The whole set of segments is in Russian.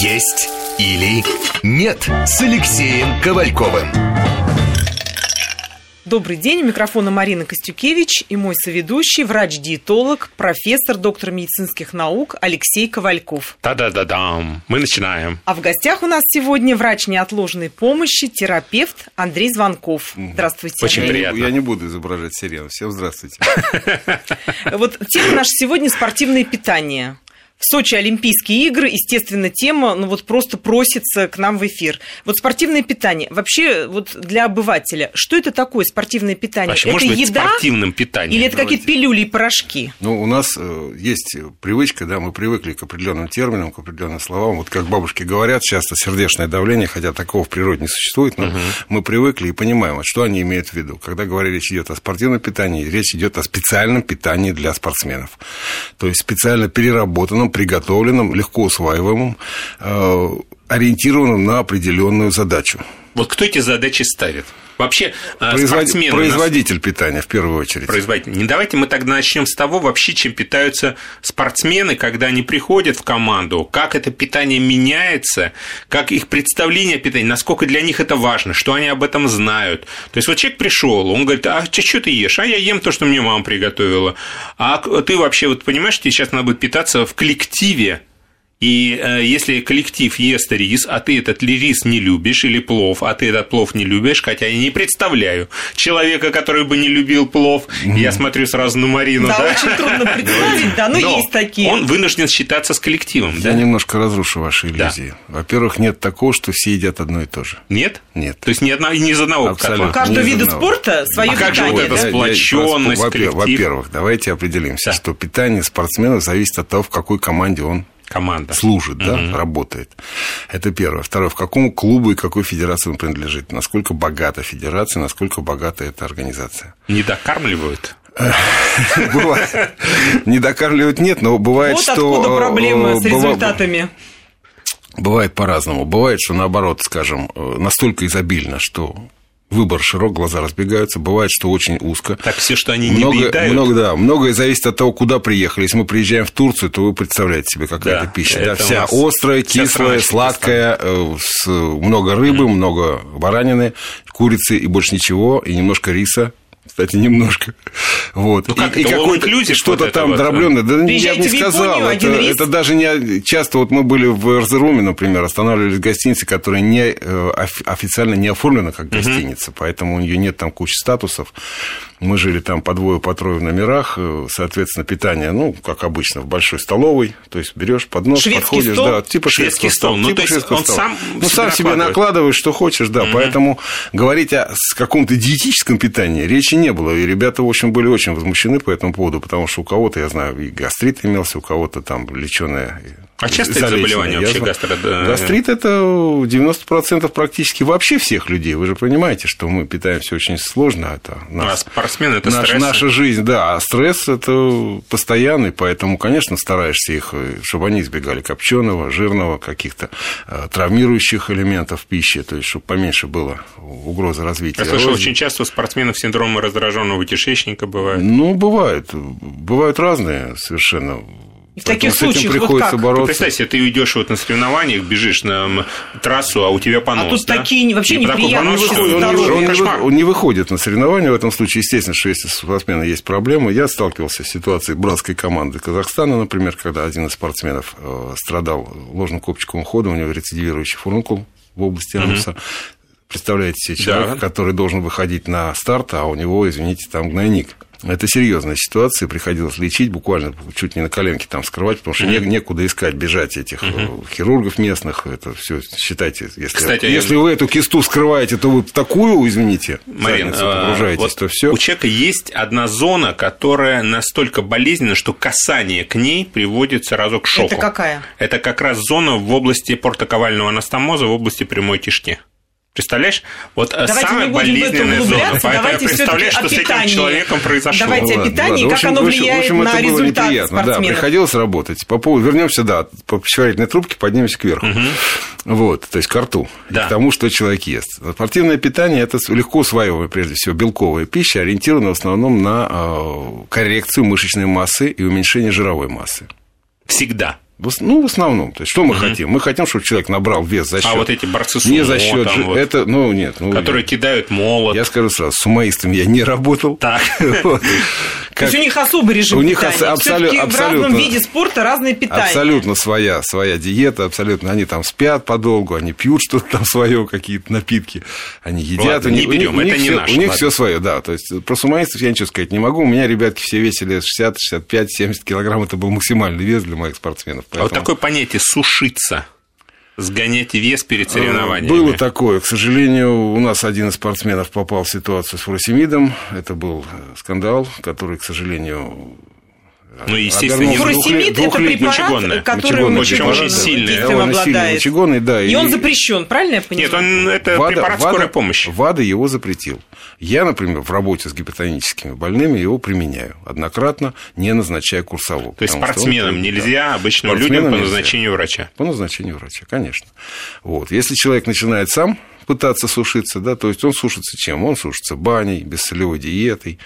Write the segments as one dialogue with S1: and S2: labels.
S1: «Есть или нет» с Алексеем Ковальковым.
S2: Добрый день. У микрофона Марина Костюкевич и мой соведущий, врач-диетолог, профессор, доктор медицинских наук Алексей Ковальков.
S3: Та-да-да-дам. Мы начинаем.
S2: А в гостях у нас сегодня врач неотложной помощи, терапевт Андрей Звонков. Здравствуйте.
S3: Очень
S2: Андрей.
S3: приятно.
S4: Я не буду изображать сериал. Всем здравствуйте.
S2: Вот тема наша сегодня спортивное питание. В Сочи Олимпийские игры, естественно, тема, ну вот просто просится к нам в эфир. Вот спортивное питание. Вообще, вот для обывателя, что это такое спортивное питание?
S3: Вообще,
S2: это
S3: может быть,
S2: еда
S3: спортивным питанием? Ну,
S2: или это какие-то пилюли и порошки?
S4: Ну, у нас э, есть привычка, да, мы привыкли к определенным терминам, к определенным словам. Вот как бабушки говорят, часто сердечное давление, хотя такого в природе не существует, но мы привыкли и понимаем, вот что они имеют в виду. Когда говорят, речь идет о спортивном питании, речь идет о специальном питании для спортсменов. То есть специально переработанном, приготовленном, легко усваиваемом, э, ориентированном на определенную задачу.
S3: Вот кто эти задачи ставит? Вообще, э,
S4: Производ-
S3: спортсмены... нас-
S4: Производитель питания в первую очередь.
S3: производитель. Не давайте мы тогда начнем с того, вообще, чем питаются спортсмены, когда они приходят в команду, как это питание меняется, как их представление о питании, насколько для них это важно, что они об этом знают. То есть, вот человек пришел, он говорит, а что ты ешь? А я ем то, что мне мама приготовила. А к- ты вообще, вот понимаешь, тебе сейчас надо будет питаться в коллективе, и э, если коллектив ест рис, а ты этот ли рис не любишь, или плов, а ты этот плов не любишь, хотя я не представляю человека, который бы не любил плов, я смотрю сразу на
S4: Ну
S3: Марину,
S2: да,
S3: да?
S2: очень трудно представить, да, но,
S3: Но
S2: есть такие.
S3: Он вынужден считаться с коллективом, да?
S4: Я немножко разрушу ваши
S3: Да.
S4: иллюзии. Во-первых, нет такого, что все едят одно и то же.
S3: Нет?
S4: Нет.
S3: То есть ни, одна, ни из одного
S4: Абсолютно.
S2: У
S3: котла.
S2: каждого
S4: не
S2: вида
S4: знал.
S2: спорта свое
S3: А как же
S2: питание,
S3: вот это
S2: да?
S4: Я- я-
S3: сплочённость,
S4: во-первых,
S3: коллектив.
S4: Во-первых, давайте определимся,
S3: Да.
S4: что питание спортсмена зависит от того, в какой команде он
S3: Команда.
S4: служит, да, работает. Это первое. Второе, в какому клубу и какой федерации он принадлежит, насколько богата федерация, насколько богата эта организация.
S3: Не докармливают.
S4: Бывает. Не докармливать нет, но бывает,
S2: Вот
S4: что...
S2: откуда
S4: э,
S2: проблемы с
S4: быва-
S2: результатами.
S4: Бывает по-разному. Бывает, что наоборот, скажем, э, настолько изобильно, что выбор широк, глаза разбегаются. Бывает, что очень узко.
S3: Так все, что они не
S4: Много,
S3: доедают.
S4: много, да, многое зависит от того, куда приехали. Если мы приезжаем в Турцию, то вы представляете себе, какая
S3: Да,
S4: это пища.
S3: это
S4: да,
S3: у
S4: вся
S3: нас
S4: острая,
S3: вся страна
S4: кислая, сладкая, э, с, э, много рыбы, много баранины, курицы и больше ничего, и немножко риса. Кстати, немножко. Вот.
S3: Ну, как
S4: и, и
S3: это, all
S4: какой-то-
S3: inclusive
S4: что-то
S3: вот это
S4: там
S3: вот,
S4: дробленое. Да, я
S2: Приезжайте
S4: бы не
S2: в Японию,
S4: сказал. Это,
S2: один рис.
S4: это даже не часто вот мы были в Эрзеруме, например, останавливались в гостинице, которая не, э, оф- официально не оформлена как гостиница, поэтому у нее нет там кучи статусов. Мы жили там по двое, по трое в номерах, э, соответственно, питание, ну, как обычно, в большой столовой, то есть берешь поднос,
S2: Шведский
S4: подходишь,
S2: стол?
S4: да, типа
S3: Шведский
S4: шведского
S3: стол.
S4: стола,
S3: Ну,
S4: типа
S3: то есть
S4: шведского
S3: он
S4: стола.
S3: сам
S4: ну,
S3: себе
S4: сам себе
S3: накладывает.
S4: накладываешь, что хочешь, да, поэтому говорить о с- каком-то диетическом питании речи не было, и ребята, в общем, были очень возмущены по этому поводу, потому что у кого-то, я знаю, и гастрит имелся, у кого-то там леченая
S3: А часто это заболевание вообще, гастрит, э,
S4: Гастрит – это 90% практически вообще всех людей. Вы же понимаете, что мы питаемся очень сложно. Это
S3: А
S4: нас
S3: спортсмены это
S4: Наш-
S3: стресс.
S4: Наша жизнь, да, а стресс это постоянный, поэтому, конечно, стараешься их, э, чтобы они избегали копченого, жирного, каких-то э, травмирующих элементов пищи, то есть, чтобы поменьше было угрозы развития.
S3: Я слышал,
S4: розни.
S3: очень часто у спортсменов синдромы раздраженного кишечника бывают.
S4: Ну, бывают, бывают разные совершенно.
S2: И в
S4: Поэтому
S2: таких
S4: с этим
S2: случаях вот
S4: приходится
S2: как?
S4: бороться.
S3: Ты представь себе, ты идешь вот на соревнованиях, бежишь на м, трассу, а у тебя понос.
S2: А тут
S3: да?
S2: такие вообще
S3: И такой
S2: неприятные
S3: понос,
S2: очень
S3: что
S4: он, не,
S2: здоровье.
S3: это
S4: он не вы-
S3: кошмар.
S4: он не выходит на соревнования в этом случае. Естественно, что если у спортсмена есть проблемы, я сталкивался с ситуацией братской команды Казахстана, например, когда один из спортсменов э, страдал ложным копчиковым ходом, у него рецидивирующий фурункул в области ануса. Представляете себе человека,
S3: Да.
S4: который должен выходить на старт, а у него, извините, там гнойник. Это серьезная ситуация, приходилось лечить, буквально чуть не на коленке там скрывать, потому что не- некуда искать, бежать этих э, хирургов местных, это все, считайте, если
S3: Кстати,
S4: если вы эту кисту вскрываете, то вы в такую, извините,
S3: Марин,
S4: задницу
S3: а,
S4: погружаетесь,
S3: вот
S4: то все.
S3: у человека есть одна зона, которая настолько болезненна, что касание к ней приводит сразу к шоку.
S2: Это какая?
S3: Это как раз зона в области портоковального анастомоза, в области прямой кишки. Представляешь? Вот э,
S2: Давайте
S3: самая
S2: не будем в это
S3: болезненная зона.
S2: углубляться,
S3: Поэтому я
S2: давайте всё-таки
S3: представляю, что
S2: о
S3: с этим
S2: питании.
S3: человеком произошло.
S2: Давайте о
S4: Ну, Ладно,
S2: питании,
S4: ладно. В
S2: как
S4: общем,
S2: оно
S4: в общем,
S2: влияет
S4: в общем,
S2: на
S4: это было
S2: результаты
S4: неприятно, Да,
S2: спортсменов.
S4: приходилось работать. По поводу, вернемся, да, по пищеварительной трубке поднимемся кверху. Вот, то есть к рту, и
S3: Да.
S4: к тому, что человек ест. Спортивное питание – это легко усваиваемая, прежде всего, белковая пища, ориентированная в основном а, на э, коррекцию мышечной массы и уменьшение жировой массы.
S3: Всегда.
S4: Ну, в основном. То есть, что мы хотим? Мы хотим, чтобы человек набрал вес за счет...
S3: А вот эти борцы сумо,
S4: Не за счет...
S3: там
S4: жи-
S3: вот,
S4: Это, ну, нет. Ну,
S3: которые кидают молот.
S4: Я скажу сразу, с сумоистами я не работал.
S3: Так.
S4: Вот.
S2: То есть
S4: Как-
S2: у них особый режим
S4: У них
S2: питания.
S4: абсо-
S2: Всё-таки В
S4: абсолю-
S2: разном
S4: абсолютно.
S2: виде спорта разное питание.
S4: Абсолютно своя, своя диета, абсолютно. Они там спят подолгу, они пьют что-то там свое, какие-то напитки, они едят.
S3: Ладно,
S4: у
S3: не
S4: них-
S3: берем,
S4: у них
S3: это не
S4: всё-
S3: наше,
S4: У них
S3: ладно.
S4: все свое, да. То есть про сумоистов я ничего сказать не могу. У меня ребятки все весили 60, 65, 70 килограмм. Это был максимальный вес для моих спортсменов.
S3: А вот
S4: поэтому-
S3: такое понятие «сушиться», сгонять вес перед соревнованиями.
S4: Э, Было такое. К сожалению, у нас один из спортсменов попал в ситуацию с Фуросемидом. Это был э, скандал, который, к сожалению...
S3: Ну, естественно, не
S4: Обернулся
S3: двух-
S4: Фуросемид
S2: Фуросемид – это
S3: двухлетний мочегонный.
S2: препарат, который
S4: Мочегонный,
S2: очень,
S3: очень сильный.
S2: действием
S4: Он и сильный
S2: обладает.
S4: мочегонный, да,
S2: И,
S4: и-
S2: он запрещен, правильно я понимаю?
S3: Нет, он, э, это препарат
S4: ВАДА-
S3: скорой помощи.
S4: ВАДА его запретил. Я, например, в работе с гипотоническими больными его применяю однократно, не назначая курсового.
S3: То есть
S4: потому что он
S3: спортсменам
S4: требует,
S3: нельзя,
S4: да.
S3: обычным
S4: Спортсменам
S3: людям по
S4: нельзя.
S3: назначению врача.
S4: По назначению врача, конечно. Вот. Если человек начинает сам пытаться сушиться, да, то есть он сушится чем? Он сушится баней, бессолевой диетой,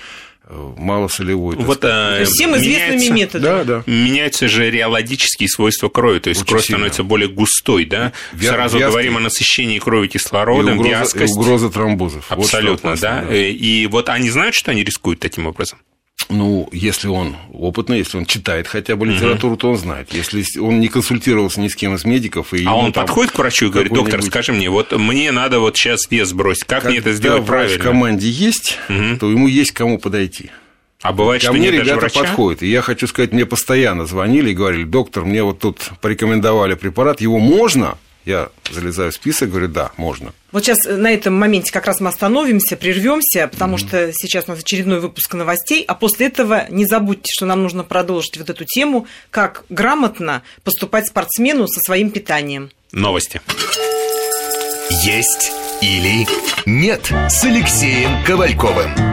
S4: э, малосолевой. так
S3: Вот,
S4: сказать.
S3: а,
S2: есть всем известными
S3: меняется-
S2: методами. это
S4: да, да.
S3: Меняются же реологические свойства крови, то есть
S4: Очень
S3: кровь
S4: сильно.
S3: становится более густой, да?
S4: Вя-
S3: Сразу
S4: вязкой.
S3: говорим о насыщении крови
S4: И
S3: кислородом,
S4: угроза, и
S3: вязкость.
S4: угроза тромбозов. Вот что
S3: Абсолютно,
S4: опасно,
S3: да? Э, И вот они знают, что они рискуют таким образом?
S4: Ну, если он опытный, если он читает хотя бы литературу, то он знает. Если с- он не консультировался ни с кем из медиков... И
S3: А
S4: ему
S3: он
S4: там
S3: подходит к врачу и говорит, доктор,
S4: какой-нибудь-
S3: скажи мне, вот мне надо вот сейчас вес бросить, как мне это
S4: Когда
S3: сделать
S4: врач в
S3: правильно?
S4: команде есть, то ему есть к кому подойти.
S3: А бывает,
S4: Ко
S3: что
S4: мне
S3: нет даже
S4: ребята
S3: врача?
S4: подходят. И я хочу сказать, мне постоянно звонили и говорили, доктор, мне вот тут порекомендовали препарат, его можно? Я залезаю в список, говорю, да, можно.
S2: Вот сейчас э, на этом моменте как раз мы остановимся, прервемся, потому что сейчас у нас очередной выпуск новостей, а после этого не забудьте, что нам нужно продолжить вот эту тему, как грамотно поступать спортсмену со своим питанием.
S3: Новости.
S1: «Есть или нет» с Алексеем Ковальковым.